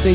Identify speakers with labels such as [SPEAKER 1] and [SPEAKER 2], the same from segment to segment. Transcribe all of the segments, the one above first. [SPEAKER 1] 最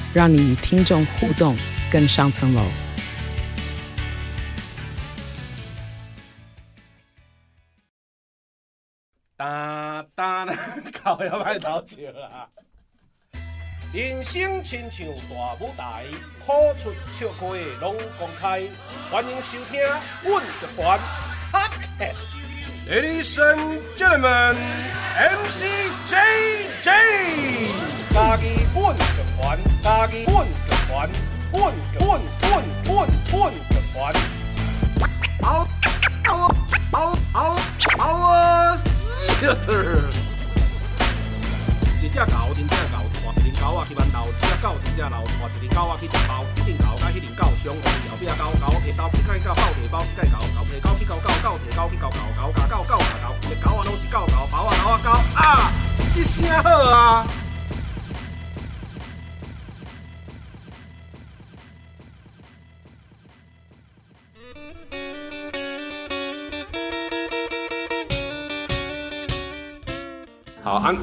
[SPEAKER 1] 让你与听众互动更上层楼。
[SPEAKER 2] 哒哒啦，搞也歹偷笑啦。人生亲像大舞台，苦出笑开拢公开。欢迎收听《阮乐团 Podcast》。Ladies and gentlemen, MC JJ。家己阮乐团，家己阮乐团，阮阮阮阮阮乐团。嗷嗷嗷嗷嗷啊！一只狗，真正狗，拖一只狗仔去馒头；一只狗，真正老，拖一只狗仔去食包。一只狗甲迄只狗相互，后壁狗狗摕刀去砍狗，狗摕包去砍狗，狗摕狗去咬狗，狗摕狗去咬狗，狗咬狗，狗咬狗，一狗啊拢是狗狗，包啊狗啊狗啊，即声好啊！好，安，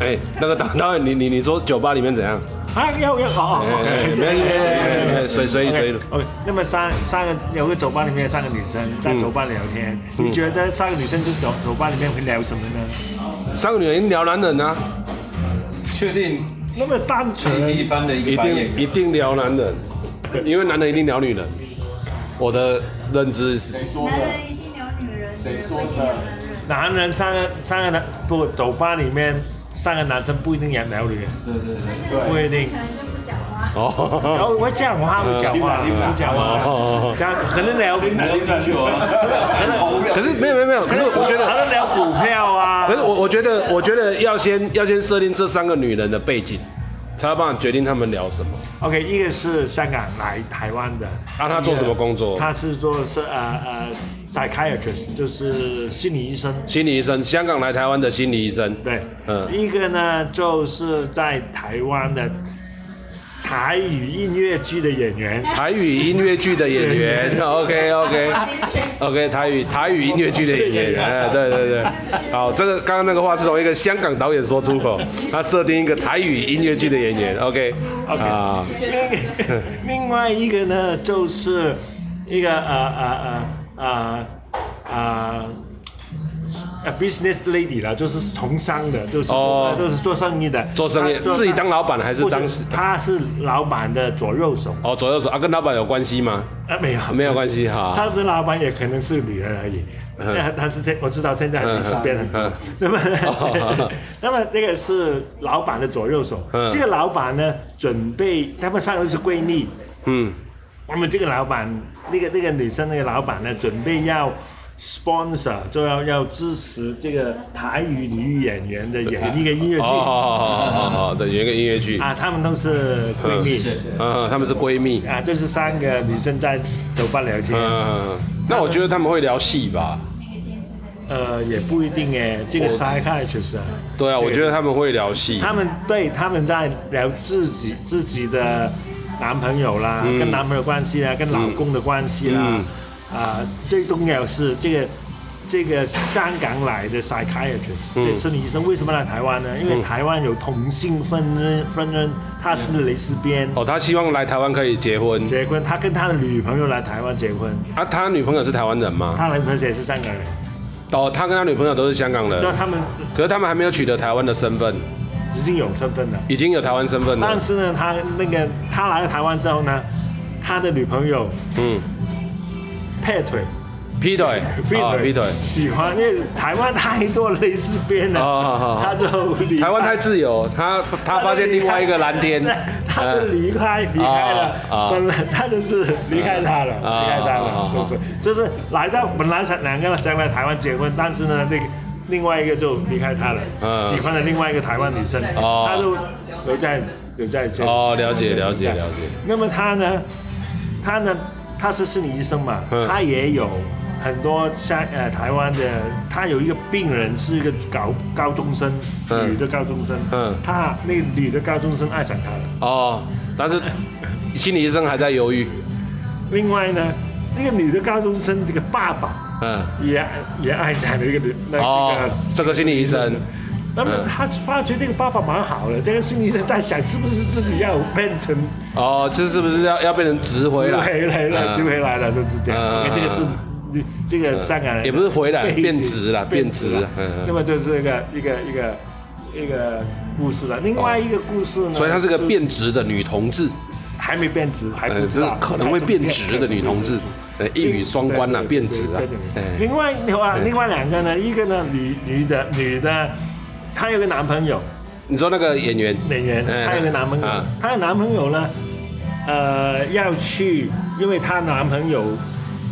[SPEAKER 2] 哎、那个导导演，你你你说酒吧里面怎样？
[SPEAKER 3] 啊，要要好，
[SPEAKER 2] 哎哎哎没没没随随随
[SPEAKER 3] OK，那哎么三三个有个酒吧里面有三个女生
[SPEAKER 2] 嗯
[SPEAKER 3] 在酒吧聊天，你觉得三个女生在酒酒吧里面会聊什么呢？
[SPEAKER 2] 三个女人聊男人啊，
[SPEAKER 4] 确定
[SPEAKER 3] 那么单纯，
[SPEAKER 4] 一般的一
[SPEAKER 2] 一
[SPEAKER 4] 个扮演
[SPEAKER 2] 定一定聊男人，因为男人一定聊女人。我的认知是，
[SPEAKER 4] 说
[SPEAKER 5] 男人一定有女人，
[SPEAKER 4] 谁
[SPEAKER 5] 女人不
[SPEAKER 4] 说
[SPEAKER 5] 一定有
[SPEAKER 4] 的
[SPEAKER 5] 男
[SPEAKER 3] 男
[SPEAKER 5] 人。
[SPEAKER 3] 人三个三个男不酒吧里面三个男生不一定也聊女人，
[SPEAKER 4] 对对对
[SPEAKER 3] 不一定
[SPEAKER 5] 可。能就不讲话。
[SPEAKER 3] 然
[SPEAKER 2] 哦，嗯
[SPEAKER 3] 后我讲话不讲啊话，不讲话，讲可能聊，可能
[SPEAKER 4] 对，去哦，
[SPEAKER 2] 可是没有没有没有，可是我觉得
[SPEAKER 3] 可能聊股票啊
[SPEAKER 2] 可，是我我觉得，我觉得要先要先设定这三个女人的背景，才有办法决定她们聊什么。
[SPEAKER 3] OK，一个是香港来台湾的，
[SPEAKER 2] 啊他做什么工作
[SPEAKER 3] 他是做是呃呃 psychiatrist，就是心理医生。
[SPEAKER 2] 心理医生，香港来台湾的心理医生，
[SPEAKER 3] 对，
[SPEAKER 2] 嗯
[SPEAKER 3] 一个呢就是在台湾的台语音乐剧的演员，
[SPEAKER 2] 台语音乐剧的演员。OK OK OK，台语台语音乐剧的演员，哎，对对对。好，这个刚刚那个话是从一个香港导演说出口，他设定一个台语音乐剧的演员。OK
[SPEAKER 3] OK
[SPEAKER 2] 啊，
[SPEAKER 3] 另另外一个呢就是一个呃呃呃呃呃。呃 business lady 啦，就是从商的，就是、
[SPEAKER 2] 哦
[SPEAKER 3] 都是做生意的，
[SPEAKER 2] 做生意
[SPEAKER 3] 她做
[SPEAKER 2] 自己当老板还是
[SPEAKER 3] 不
[SPEAKER 2] 当
[SPEAKER 3] 他是老板的左右手，
[SPEAKER 2] 哦，左右手啊，跟老板有关系吗？
[SPEAKER 3] 啊，没有
[SPEAKER 2] 没有关系哈。
[SPEAKER 3] 他的老板也可能是女人而已，
[SPEAKER 2] 啊嗯
[SPEAKER 3] 那但是现我知道现在还是变很
[SPEAKER 2] 嗯
[SPEAKER 3] 多。 那么
[SPEAKER 2] 哦，
[SPEAKER 3] 那么这个是老板的左右手
[SPEAKER 2] 嗯。
[SPEAKER 3] 这个老板呢，准备他们三个是闺蜜。
[SPEAKER 2] 嗯，
[SPEAKER 3] 那么这个老板，那个那个女生那个老板呢，准备要 sponsor，就要要支持这个台语女演员的演一个音乐
[SPEAKER 2] 哦好
[SPEAKER 3] 剧
[SPEAKER 2] 好好好好，对，有一个音乐剧，
[SPEAKER 3] 啊，她们都是闺蜜
[SPEAKER 2] 嗯，她们是闺蜜。
[SPEAKER 3] 啊，就是三个女生在酒吧聊天。
[SPEAKER 2] 嗯，那我觉得他们会聊戏吧？
[SPEAKER 3] 呃，也不一定哎，这个 psychiatrist 啊。
[SPEAKER 2] 对啊，
[SPEAKER 3] 这个
[SPEAKER 2] 我觉得他们会聊戏。
[SPEAKER 3] 他们对他们在聊自己自己的男朋友啦，
[SPEAKER 2] 嗯
[SPEAKER 3] 跟男朋友关系啦，跟老公的关系啦，
[SPEAKER 2] 嗯
[SPEAKER 3] 啊、最重要是这个这个香港来的 psychiatrist，、
[SPEAKER 2] 嗯
[SPEAKER 3] 这心理医生为什么来台湾呢？因为台湾有同性婚姻婚姻，他是蕾丝边。
[SPEAKER 2] 哦，他希望来台湾可以结婚。
[SPEAKER 3] 结婚，他跟他的女朋友来台湾结婚，
[SPEAKER 2] 啊，他女朋友是台湾人吗？
[SPEAKER 3] 他男朋友也是香港人，
[SPEAKER 2] 哦，他跟他女朋友都是香港
[SPEAKER 3] 但
[SPEAKER 2] 人，
[SPEAKER 3] 他们
[SPEAKER 2] 可是他们还没有取得台湾的身份，
[SPEAKER 3] 已经有身份了。
[SPEAKER 2] 已经有台湾身份了
[SPEAKER 3] 但。是呢，他那个他来了台湾之后呢，他的女朋友
[SPEAKER 2] 嗯，
[SPEAKER 3] 劈腿，
[SPEAKER 2] 劈腿，哦劈腿。
[SPEAKER 3] 喜欢，因为台湾太多蕾丝边了，
[SPEAKER 2] 哦好好好
[SPEAKER 3] 他就离开
[SPEAKER 2] 台湾太自由，他他发现另外一个蓝天。
[SPEAKER 3] 他
[SPEAKER 6] 嗯
[SPEAKER 3] 就离开离开
[SPEAKER 2] 哦
[SPEAKER 3] 了
[SPEAKER 2] 哦，
[SPEAKER 3] 本来他就是离开他了，
[SPEAKER 2] 哦
[SPEAKER 3] 离开他
[SPEAKER 2] 哦
[SPEAKER 3] 了，
[SPEAKER 2] 哦
[SPEAKER 3] 就是就是来到本来想两个人想来台湾结婚，但是呢那个。另外一个就离开他了，
[SPEAKER 6] 嗯
[SPEAKER 3] 喜欢了另外一个台湾女生，
[SPEAKER 6] 哦
[SPEAKER 3] 他都留在留在这里。
[SPEAKER 6] 哦，了解了
[SPEAKER 3] 这
[SPEAKER 6] 解
[SPEAKER 3] 样
[SPEAKER 6] 了解，
[SPEAKER 3] 那么他呢，他呢，他是心理医生嘛，
[SPEAKER 6] 嗯
[SPEAKER 3] 他也有很多像呃台湾的，他有一个病人是一个高高中生，
[SPEAKER 6] 嗯
[SPEAKER 3] 女的高中生，
[SPEAKER 6] 嗯
[SPEAKER 3] 他那个女的高中生爱上他了。
[SPEAKER 6] 哦，但是心理医生还在犹豫，
[SPEAKER 3] 另外呢，那个女的高中生这个爸爸
[SPEAKER 6] 嗯，
[SPEAKER 3] 也也爱上了那个女那那
[SPEAKER 6] 哦
[SPEAKER 3] 个。，
[SPEAKER 6] 这个心理医生，
[SPEAKER 3] 那么
[SPEAKER 6] 嗯
[SPEAKER 3] 他发觉这个爸爸蛮好的，这个心理医生在想是不是自己要变成
[SPEAKER 6] 哦，这是不是要要被人值回来？
[SPEAKER 3] 回来了，就回来了，就是这样。
[SPEAKER 6] 嗯
[SPEAKER 3] OK，这个是这这个香港人
[SPEAKER 6] 也不是回来
[SPEAKER 3] 背景
[SPEAKER 6] 变直了
[SPEAKER 3] 变
[SPEAKER 6] 变直
[SPEAKER 3] 了
[SPEAKER 6] 了嗯嗯。
[SPEAKER 3] 那么就是一个一个一个一个故事了。另外一个故事呢，
[SPEAKER 6] 所以她是个
[SPEAKER 3] 就是
[SPEAKER 6] 变质的女同志，
[SPEAKER 3] 还没变直，还不
[SPEAKER 6] 呃，
[SPEAKER 3] 知
[SPEAKER 6] 是
[SPEAKER 3] 道
[SPEAKER 6] 可能会变质的女同志，呃，一语双关呐，
[SPEAKER 3] 对
[SPEAKER 6] 变质啊
[SPEAKER 3] 对对，对
[SPEAKER 6] 哎，
[SPEAKER 3] 另外啊，
[SPEAKER 6] 对
[SPEAKER 3] 另外两个呢，一个呢女女的女的，她有个男朋友
[SPEAKER 6] 你说那个演员，
[SPEAKER 3] 演员，
[SPEAKER 6] 哎
[SPEAKER 3] 她有个男朋友
[SPEAKER 6] 啊，
[SPEAKER 3] 她的男朋友呢，呃，要去，因为她男朋友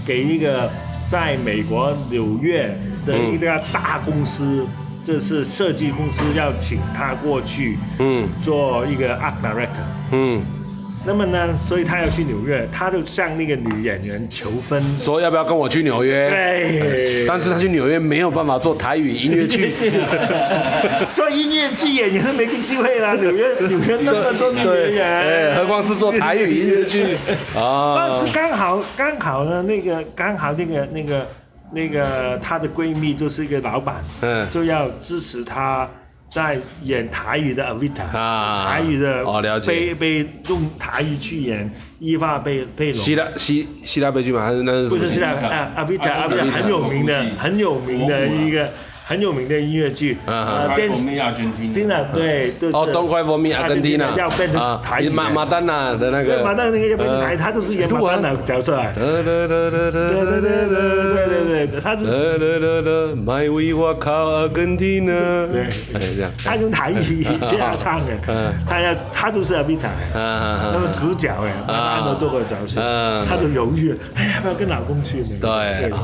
[SPEAKER 3] 给一个在美国纽约的
[SPEAKER 6] 嗯
[SPEAKER 3] 一家大公司，这是设计公司要请她过去
[SPEAKER 6] 嗯
[SPEAKER 3] 做一个 art director。
[SPEAKER 6] 嗯，
[SPEAKER 3] 那么呢，所以他要去纽约，他就向那个女演员求婚。哎
[SPEAKER 6] 说要不要跟我去纽约？
[SPEAKER 3] 对，
[SPEAKER 6] 但是他去纽约没有办法做台语音乐剧，
[SPEAKER 3] 做音乐剧演员都没个机会啦，纽约纽约那么多女演
[SPEAKER 6] 对，哎，
[SPEAKER 3] 员，
[SPEAKER 6] 何况是做台语音乐剧啊
[SPEAKER 3] 但是刚好刚好呢，那个刚好那个那个那个她的闺蜜就是一个老板，
[SPEAKER 6] 嗯
[SPEAKER 3] 就要支持她在演台语的 Avita
[SPEAKER 6] 啊
[SPEAKER 3] 台语的
[SPEAKER 6] 哦了解
[SPEAKER 3] 被被用台语去演伊娃贝贝龙，
[SPEAKER 6] 希腊希希腊悲剧吗？还是那是什
[SPEAKER 3] 不
[SPEAKER 6] 么
[SPEAKER 3] 是是的，
[SPEAKER 4] 啊
[SPEAKER 3] 啊，阿维塔，阿
[SPEAKER 4] 阿
[SPEAKER 3] 维
[SPEAKER 4] 维
[SPEAKER 3] 塔
[SPEAKER 4] 塔
[SPEAKER 3] 很有名的
[SPEAKER 4] 古迹，
[SPEAKER 3] 很有名的一个很有名的音乐剧，
[SPEAKER 6] 啊啊
[SPEAKER 3] 呃，电视。
[SPEAKER 4] 亚军军
[SPEAKER 3] 丁娜对，就是
[SPEAKER 6] 哦，Don't Cry for Me，阿根廷啊，
[SPEAKER 3] 要变成台语
[SPEAKER 6] 马马丹娜的那
[SPEAKER 3] 对
[SPEAKER 6] 个，
[SPEAKER 3] 马丹那个要变成台，
[SPEAKER 6] 呃
[SPEAKER 3] 他就是演马丹的角色啊。
[SPEAKER 6] 哒哒哒哒哒
[SPEAKER 3] 对对
[SPEAKER 6] 哒哒
[SPEAKER 3] 对对对
[SPEAKER 6] 哒
[SPEAKER 3] 对对，他就是
[SPEAKER 6] 啦啦啦啦，My We Walk Out Argentina。
[SPEAKER 3] 对
[SPEAKER 6] 哎，这样。
[SPEAKER 3] 他用台语这样唱
[SPEAKER 6] 嗯
[SPEAKER 3] 的，他要他就是阿维塔。
[SPEAKER 6] 啊
[SPEAKER 3] 那么
[SPEAKER 6] 啊
[SPEAKER 3] 主角哎，马丹都做过角色
[SPEAKER 6] 嗯，
[SPEAKER 3] 他就犹豫，哎呀，要不要跟老公去呢？
[SPEAKER 6] 对啊，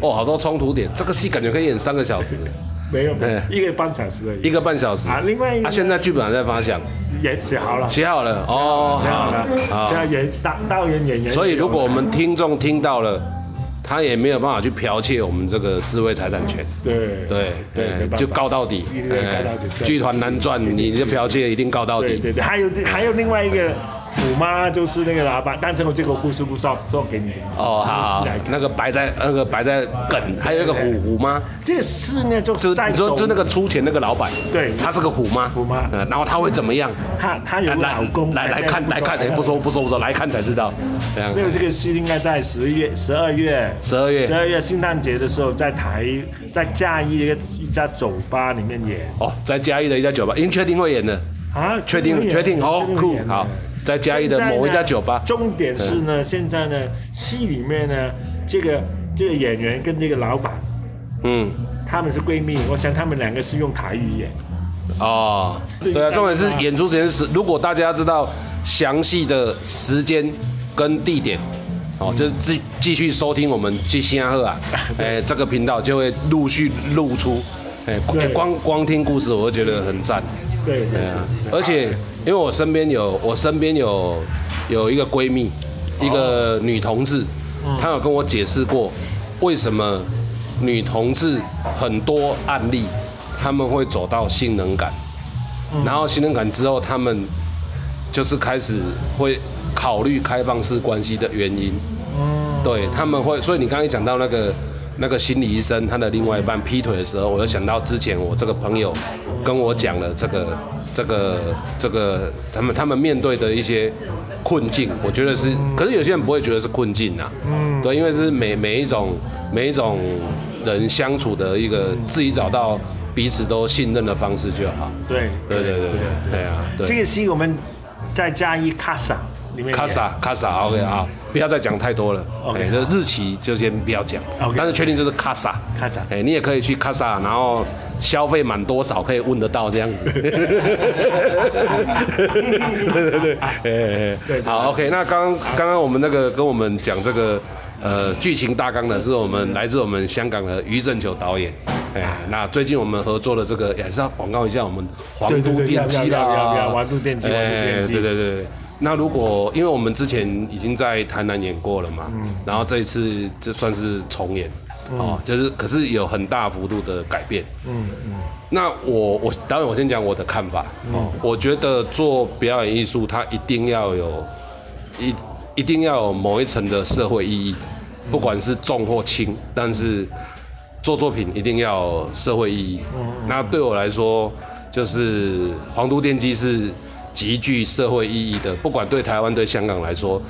[SPEAKER 6] 哦，好多冲突点，这个戏感觉可以演三个小时，
[SPEAKER 3] 没有没有
[SPEAKER 6] 哎，
[SPEAKER 3] 一个半小时而已
[SPEAKER 6] 一。个半小时。
[SPEAKER 3] 啊，另外一
[SPEAKER 6] 啊，
[SPEAKER 3] 个
[SPEAKER 6] 现在剧本还在发想，
[SPEAKER 3] 也写好了，
[SPEAKER 6] 写好了哦，
[SPEAKER 3] 这样的，
[SPEAKER 6] 好
[SPEAKER 3] 这。样演导导演演员。
[SPEAKER 6] 所以如果我们听众听到了，他也没有办法去剽窃我们这个智慧财产权。
[SPEAKER 3] 对
[SPEAKER 6] 对
[SPEAKER 3] 对
[SPEAKER 6] 哎
[SPEAKER 3] 没办法
[SPEAKER 6] 就告到底
[SPEAKER 3] 一定，要
[SPEAKER 6] 哎
[SPEAKER 3] 告到底对
[SPEAKER 6] 剧团难赚，你这剽窃一定告到
[SPEAKER 3] 对
[SPEAKER 6] 底。
[SPEAKER 3] 对对，还有还有另外一个虎妈就是那个老板，但是我这个故事不说说给你。
[SPEAKER 6] 哦，好好，那个摆在那个摆在梗，还有一个虎虎妈，
[SPEAKER 3] 这事呢就
[SPEAKER 6] 就是
[SPEAKER 3] 在
[SPEAKER 6] 你说
[SPEAKER 3] 走
[SPEAKER 6] 就那个出钱那个老板，
[SPEAKER 3] 对
[SPEAKER 6] 他是个虎妈，
[SPEAKER 3] 虎妈
[SPEAKER 6] 呃然后他会怎么样？
[SPEAKER 3] 她她有个
[SPEAKER 6] 来
[SPEAKER 3] 老公
[SPEAKER 6] 来来看来看，哎，不说不说不说，来看才知道，这样
[SPEAKER 3] 没。有这个戏应该在十一月、十二月、
[SPEAKER 6] 12月
[SPEAKER 3] 十二月圣诞节的时候，在台在嘉义一个一家酒吧里面演
[SPEAKER 6] 哦，在嘉义的一家酒吧，已经确定会演了，
[SPEAKER 3] 啊，
[SPEAKER 6] 确定确定哦，酷好，在嘉义的某一家酒吧，嗯
[SPEAKER 3] 重点是呢，现在呢，戏里面呢，这个这个演员跟这个老板，
[SPEAKER 6] 嗯，
[SPEAKER 3] 他们是闺蜜，我想他们两个是用台语演。
[SPEAKER 6] 哦，对啊，重点是演出时间是，如果大家知道详细的时间跟地点，哦，就是继继续收听我们去新加坡 啊，哎，这个频道就会陆续露出，哎，光
[SPEAKER 3] 对
[SPEAKER 6] 光光听故事我就觉得很赞，
[SPEAKER 3] 对对
[SPEAKER 6] 对啊，而且因为我身边有我身边有有一个闺蜜，一个女同志，她有跟我解释过为什么女同志很多案例他们会走到性能感，然后性能感之后他们就是开始会考虑开放式关系的原因。对，他们会，所以你刚才讲到那个那个心理医生他的另外一半劈腿的时候，我就想到之前我这个朋友跟我讲了这个这个这个他们他们面对的一些困境，我觉得是，可是有些人不会觉得是困境啊，嗯，对，因为是每每一种每一种人相处的一个自己找到彼此都信任的方式就好，
[SPEAKER 3] 对
[SPEAKER 6] 对对对对，对啊，
[SPEAKER 3] 这
[SPEAKER 6] 对。
[SPEAKER 3] 个戏我们在嘉义卡萨里面演嗯
[SPEAKER 6] 卡萨卡萨，OK 啊，不要再讲太多了。
[SPEAKER 3] OK，
[SPEAKER 6] 哎这日期就先不要讲
[SPEAKER 3] OK
[SPEAKER 6] 但是确定就是卡萨。
[SPEAKER 3] 卡萨
[SPEAKER 6] 哎，你也可以去卡萨，然后消费满多少可以问得到这样子。对对对，哎哎哎
[SPEAKER 3] 对对
[SPEAKER 6] 好，OK。那刚刚刚我们那个跟我们讲这个呃，剧情大纲呢是我们来自我们香港的于正球导演。哎，那最近我们合作的这个也是要广告一下我们皇
[SPEAKER 3] 对对
[SPEAKER 6] 都
[SPEAKER 3] 对
[SPEAKER 6] 电机
[SPEAKER 3] 要要要
[SPEAKER 6] 啦
[SPEAKER 3] 要，皇都电机
[SPEAKER 6] 哎
[SPEAKER 3] 皇都电机
[SPEAKER 6] 对对对。那如果因为我们之前已经在台南演过了嘛，然后这一次就算是重演，哦，就是可是有很大幅度的改变，
[SPEAKER 3] 嗯嗯，
[SPEAKER 6] 那我我导演，我先讲我的看法。哦，我觉得做表演艺术，它一定要有一一定要有某一层的社会意义，不管是重或轻，但是做作品一定要有社会意义。那对我来说，就是《皇都电机》是极具社会意义的，不管对台湾、对香港来说，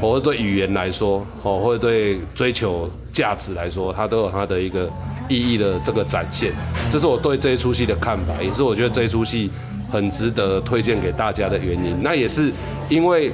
[SPEAKER 6] 或者对语言来说，哦，或者对追求价值来说，它都有它的一个意义的这个展现。这是我对这一出戏的看法，也是我觉得这一出戏很值得推荐给大家的原因。那也是因为。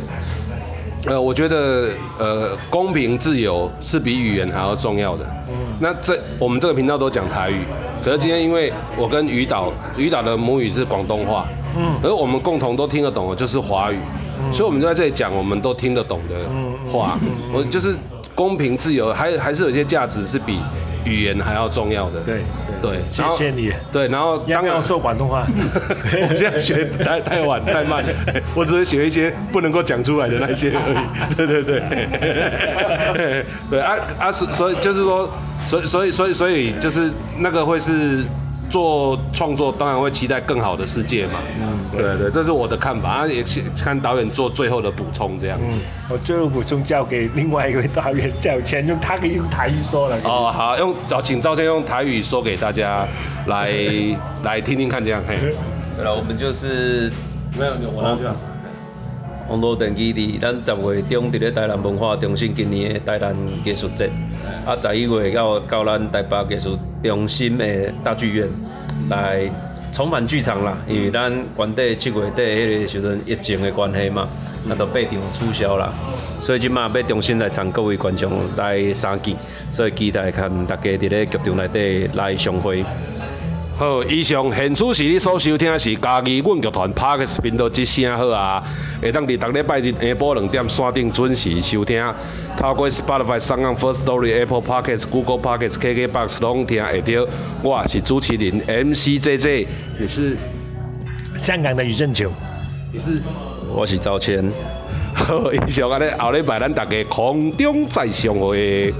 [SPEAKER 6] 呃，我觉得呃，公平自由是比语言还要重要的。
[SPEAKER 3] 嗯
[SPEAKER 6] 那这我们这个频道都讲台语，可是今天因为我跟于导，于导的母语是广东话，嗯，而我们共同都听得懂的就是华语，
[SPEAKER 3] 嗯
[SPEAKER 6] 所以我们就在这里讲我们都听得懂的话。我就是公平自由，还还是有些价值是比语言还要重要的。
[SPEAKER 3] 对对
[SPEAKER 6] 对，
[SPEAKER 3] 谢
[SPEAKER 6] 然后
[SPEAKER 3] 谢你
[SPEAKER 6] 对，然后
[SPEAKER 3] 要
[SPEAKER 6] 当
[SPEAKER 3] 不
[SPEAKER 6] 然
[SPEAKER 3] 要 说广东话？
[SPEAKER 6] 我这样学太太晚太慢， 我只会学一些不能够讲出来的那些而已。对对对， 对啊啊，所所以就是说，所以所以所以所以就是那个会是做创作，当然会期待更好的世界嘛。嗯，对对，这是我的看法啊，也是看导演做最后的补充这样子。
[SPEAKER 3] 我最后补充交给另外一位导演赵谦，用他可以用台语说了。
[SPEAKER 6] 哦，好，用找请赵先生用台语说给大家来来听听看，这样嘿。
[SPEAKER 4] 对了，我们就是
[SPEAKER 6] 没有，我拿去啊。
[SPEAKER 4] 网络电机伫咱十月中伫咧台南文化中心今年的台南艺术节，
[SPEAKER 6] 哎
[SPEAKER 4] 啊十一月到到咱台北艺术中心的大剧院来重返剧场啦，因为咱原底七月底迄个时阵疫情的关系嘛，
[SPEAKER 6] 嗯
[SPEAKER 4] 咱都八场取消啦，所以即马要重新来参各位观众来相见，所以期待看大家伫咧剧场内底来相会。
[SPEAKER 6] 好，以上现此时你所收听的是嘉义阮剧团 Parkes 频道之声好啊，会当伫逐礼拜日下晡两点线顶准时收听，透过 Spotify、s o u n First Story、Apple Parkes、Google Parkes、KKBox 拢听会到。我是主持人 MCJJ，你是
[SPEAKER 3] 香港的余正球，
[SPEAKER 6] 你是。
[SPEAKER 4] 我是赵谦。
[SPEAKER 6] 好，以上安尼后礼拜咱大家空中再相会。